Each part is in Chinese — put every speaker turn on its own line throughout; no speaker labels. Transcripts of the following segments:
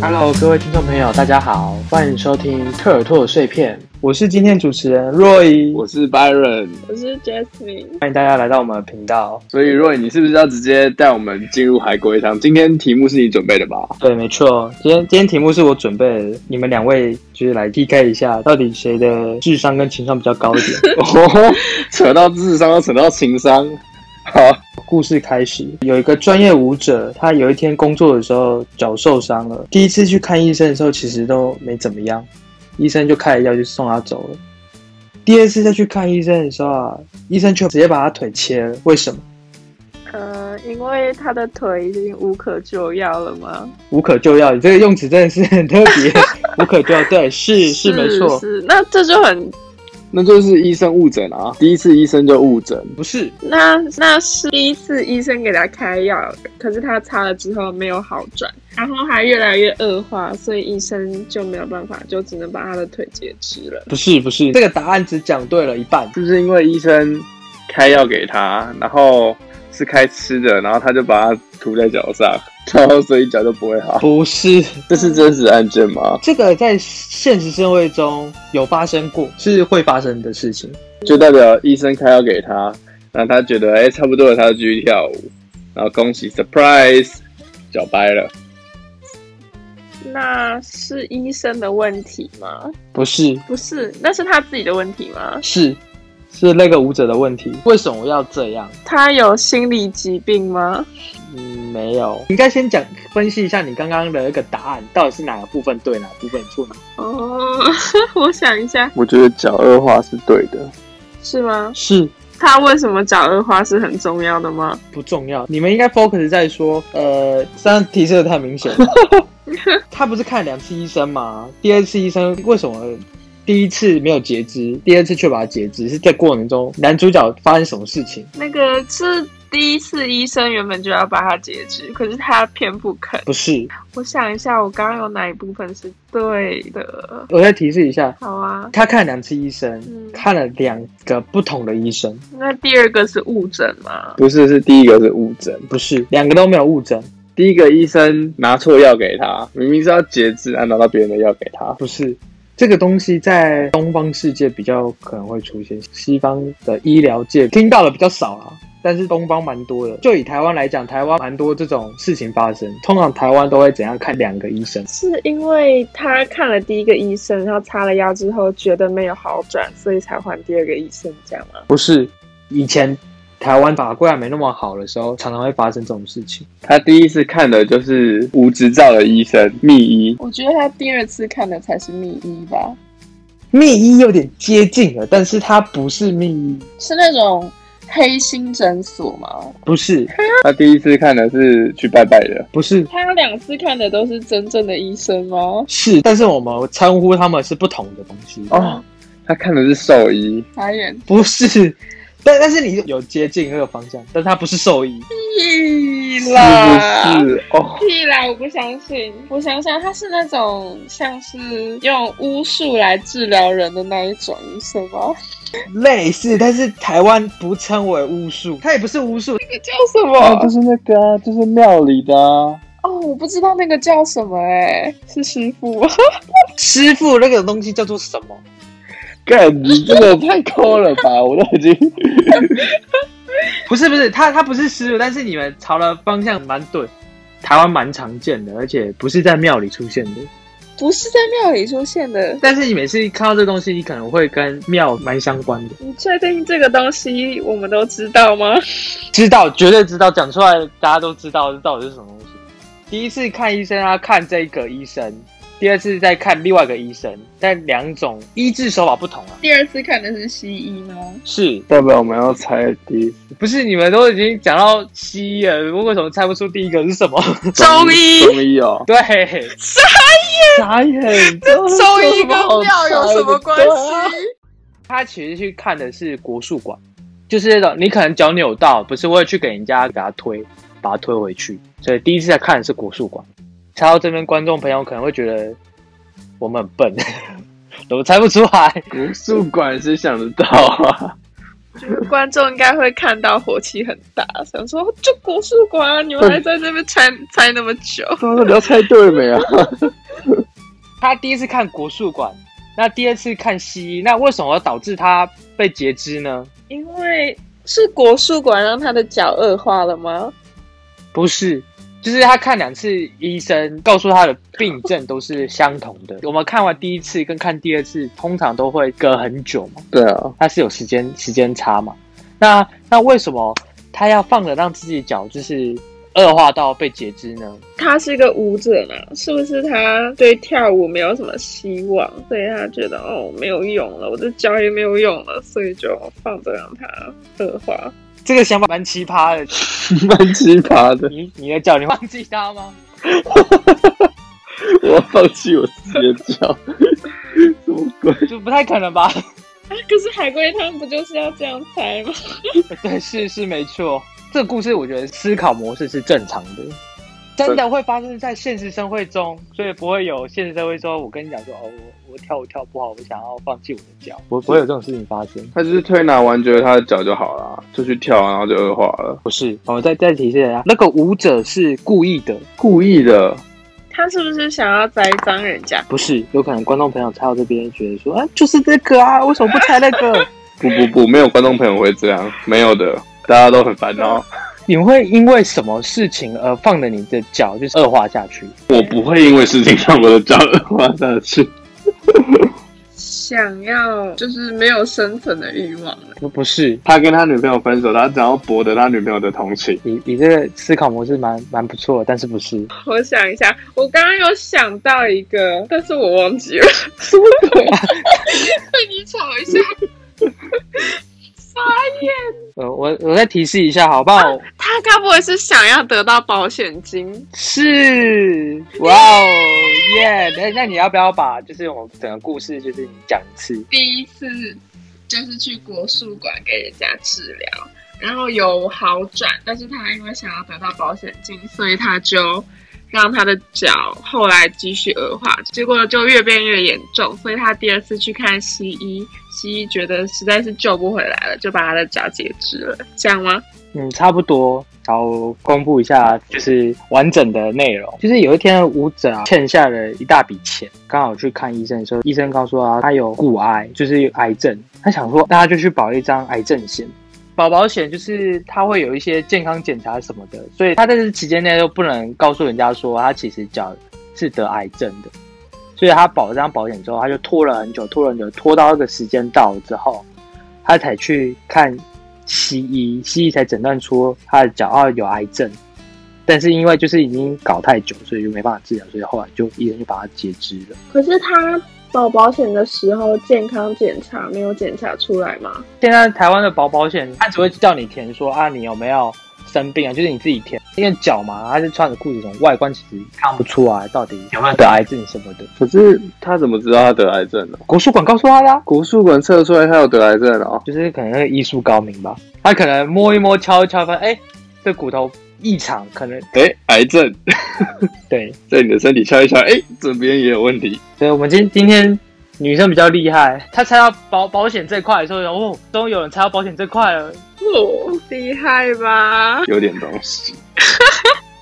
Hello，各位听众朋友，大家好，欢迎收听《特尔兔的碎片》，我是今天主持人若依，
我是 Byron，
我是 Jasmine，
欢迎大家来到我们的频道。
所以若你是不是要直接带我们进入海龟汤？今天题目是你准备的吧？
对，没错，今天今天题目是我准备的，你们两位就是来 PK 一下，到底谁的智商跟情商比较高一点。
哦，扯到智商，扯到情商，好，
故事开始，有一个专业舞者，他有一天工作的时候脚受伤了，第一次去看医生的时候其实都没怎么样，医生就开了药就送他走了。第二次再去看医生的时候啊，医生却直接把他腿切了，为什么？
呃，因为他的腿已经无可救药了吗？
无可救药，你这个用词真的是很特别，无可救药，对，是是没错，
是那这就很
那就是医生误诊啊，第一次医生就误诊，
不是
那那是第一次医生给他开药，可是他擦了之后没有好转，然后还越来越恶化，所以医生就没有办法，就只能把他的腿截肢了。
不是不是，这个答案只讲对了一半，
是不是因为医生开药给他，然后是开吃的，然后他就把它涂在脚上， 然后所以脚就不会好？
不是。
这是真实案件吗？
这个在现实社会中有发生过，是会发生的事情。
就代表医生开药给他，然后他觉得哎、差不多了，他就继续跳舞，然后恭喜 surprise，脚掰了。
那是医生的问题吗？
不是，
不是，那是他自己的问题吗？
是是那个舞者的问题。为什么要这样？
他有心理疾病吗？
嗯，没有。应该先讲分析一下你刚刚的那个答案，到底是哪个部分对，哪个部分错？
哦， 我想一下，
我觉得脚恶化是对的，
是吗？
是
他为什么找二花是很重要的吗？
不重要。你们应该 focus 在说，呃，这样提示的太明显了。他不是看了两次医生吗？第二次医生为什么第一次没有截肢，第二次却把它截肢？是在过程中男主角发生什么事情？
那个是第一次医生原本就要把它截肢，可是他偏不肯。
不是，
我想一下，我刚刚有哪一部分是对的？
我再提示一下，
好啊，
他看了两次医生，
嗯
看了两个不同的医生，
那第二个是误诊吗？
不是是第一个是误诊，
不是两个都没有误诊，
第一个医生拿错药给他，明明是要截肢，啊还拿到别人的药给他。
不是。这个东西在东方世界比较可能会出现，西方的医疗界听到的比较少啦，但是东方蛮多的。就以台湾来讲，台湾蛮多这种事情发生，通常台湾都会怎样看两个医生？
是因为他看了第一个医生，然后擦了药之后觉得没有好转，所以才换第二个医生，这样吗？
不是，以前台湾法规还没那么好的时候，常常会发生这种事情。
他第一次看的就是无执照的医生密医，
我觉得他第二次看的才是秘医吧，
密医有点接近了，但是它不是密医，
是那种黑心诊所吗？
不是，
他第一次看的是去拜拜的。
不是，
他两次看的都是真正的医生吗？
是，但是我们称呼他们是不同的东西
哦，他看的是兽医，
傻眼。
不是，但但是你有接近那个方向，但它不是兽医，
屁
是
啦！
不是？哦，
屁啦！我不相信。我想想，他是那种像是用巫术来治疗人的那一种医生吗？
类似，但是台湾不称为巫术，它也不是巫术，
那个叫什
哦，就
么？
是那个啊，就是庙里的啊。
哦，我不知道那个叫什么哎、是师傅 吗？
师傅那个东西叫做什么？
干，你这 个太抠了吧！我都已经
不是不是，他他不是师傅，但是你们朝的方向蛮对，台湾蛮常见的，而且不是在庙里出现的。
不是在庙里出现的。
但是你每次看到这东西，你可能会跟庙蛮相关的，
你确定这个东西我们都知道吗？
知道绝对知道，讲出来大家都知道这到底是什么东西。第一次看医生啊，看这个医生；第二次再看另外一个医生，但两种医治手法不同啊。
第二次看的是西医吗？
是
代表我们要猜第一
不是你们都已经讲到西医了，为什么猜不出第一个是什么？
中医
中医哦，
对，
傻眼，这
中医跟庙有什么关系？
他其实去看的是国术馆，就是那种你可能脚扭到，不是会去给人家给他推，把他推回去。所以第一次在看的是国术馆，猜到这边观众朋友可能会觉得我 们很笨，怎么猜不出来？
国术馆是想得到啊，
就是 观众应该会看到火气很大，想说就国术馆啊，你们还在这边猜猜那么久，
刚刚聊猜对了没啊？
他第一次看国术馆，那第二次看西医，那为什么导致他被截肢呢？
因为是国术馆让他的脚恶化了吗？
不是，就是他看两次医生，告诉他的病症都是相同的。我们看完第一次跟看第二次，通常都会隔很久嘛，
对啊，
它是有时间时间差嘛。那那为什么他要放着让自己脚就是恶化到被截肢呢？
他是一个舞者嘛，是不是他对跳舞没有什么希望，所以他觉得哦没有用了，我的脚也没有用了，所以就放着让他恶化。
这个想法蛮奇葩的。
蛮奇葩的。
你你的脚，你忘记他吗？
我要放弃我自己的脚， 什么鬼？
就不太可能 吧？
啊可是海龟汤不就是要这样猜吗？
对，是是没错。这个故事我觉得思考模式是正常的，真的会发生在现实社会中，所以不会有现实社会说，我跟你讲说，哦，我我跳舞跳不好，我想要放弃我的脚，不不会有这种事情发生。
他就是推拿完觉得他的脚就好了，就去跳，然后就恶化了，
不是，我再再提示一下，那个舞者是故意的，
故意的。
他是不是想要栽赃人家？
不是，有可能观众朋友猜到这边觉得说，啊，就是这个啊，为什么不猜那个？
不不不，没有观众朋友会这样，没有的，大家都很烦哦恼。
你会因为什么事情而放着你的脚就是恶化下去？
我不会因为事情让我的脚恶化下去。
想要就是没有生存的欲望了。
不不是，
他跟他女朋友分手，他想要博得他女朋友的同情。
你你这个思考模式蛮蛮不错的，但是不是？
我想一下，我刚刚有想到一个，但是我忘记了。什么
鬼啊
被 你吵一下， 傻眼！
呃，我我再提示一下好不好？
他该不会是想要得到保险金？
是，哇哦，耶！那那你要不要把就是我整个故事就是你讲一次？
第一次就是去国术馆给人家治疗，然后有好转，但是他因为想要得到保险金，所以他就让他的脚后来继续恶化，结果就越变越严重，所以他第二次去看西医，西医觉得实在是救不回来了，就把他的脚截肢了，这样吗？
嗯，差不多。然后公布一下，就是完整的内容。就是有一天舞者啊欠下了一大笔钱，刚好去看医生的时候，医生告诉他他有骨癌，就是有癌症。他想说，那他就去保一张癌症险。保保险就是他会有一些健康检查什么的，所以他在这期间内都不能告诉人家说他其实脚是得癌症的。所以他保了这张保险之后，他就拖了很久，拖了很久，拖到那个时间到了之后，他才去看西医，西医才诊断出他的脚啊有癌症，但是因为就是已经搞太久，所以就没办法治疗，所以后来就医生就把他截肢了。
可是他保保险的时候健康检查没有检查出来吗？
现在台湾的保保险，他只会叫你填说啊你有没有生病啊，就是你自己填，因为脚嘛，他是穿着裤子从外观其实看不出来到底有没有得癌症什么的。
可是他怎么知道他得癌症呢、
国术馆告诉他的啊、
国术馆测出来他有得癌症 哦，
就是可能那个医术高明吧，他可能摸一摸、敲一敲，发现哎，这骨头异常，可能
哎、癌症
对。
在你的身体敲一敲，哎、这边也有问题。
所以我们今今天女生比较厉害，她猜到保保险这块的时候，哦，终于有人猜到保险这块了。
哦，厉害吧？
有点东西。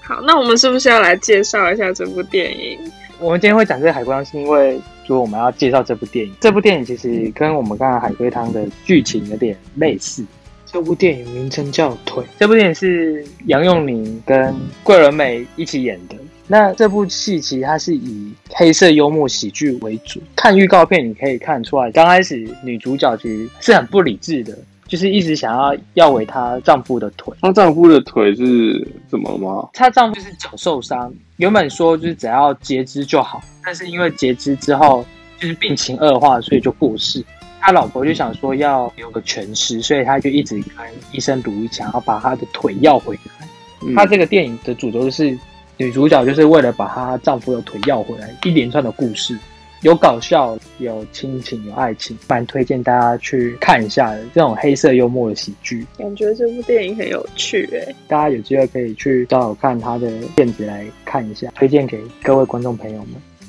好，那我们是不是要来介绍一下这部电影？
我们今天会讲这个海龟汤，是因为就我们要介绍这部电影。这部电影其实跟我们刚才海龟汤的剧情有点类似。这部电影名称叫《腿》，这部电影是杨佑宁跟桂纶镁一起演的。那这部戏其实它是以黑色幽默喜剧为主。看预告片你可以看出来，刚开始女主角其实是很不理智的，就是一直想要要回她丈夫的腿。
她丈夫的腿是怎么了吗？
她丈夫就是脚受伤，原本说就是只要截肢就好，但是因为截肢之后就是病情恶化，所以就过世。他老婆就想说要有个全尸，所以他就一直跟医生赌一想要把他的腿要回来。
嗯
他这个电影的主轴就是女主角就是为了把她丈夫的腿要回来，一连串的故事，有搞笑，有亲情，有爱情，蛮推荐大家去看一下的这种黑色幽默的喜剧。
感觉这部电影很有趣哎、
大家有机会可以去找找看他的片子来看一下，推荐给各位观众朋友们。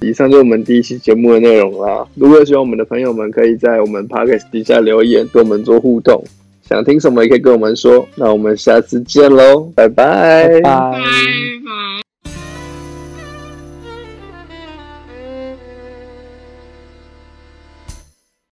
以上就是我们第一期节目的内容啦。如果有喜欢我们的朋友们，可以在我们 podcast 底下留言，跟我们做互动。想听什么也可以跟我们说。那我们下次见喽，拜拜
拜。
拜。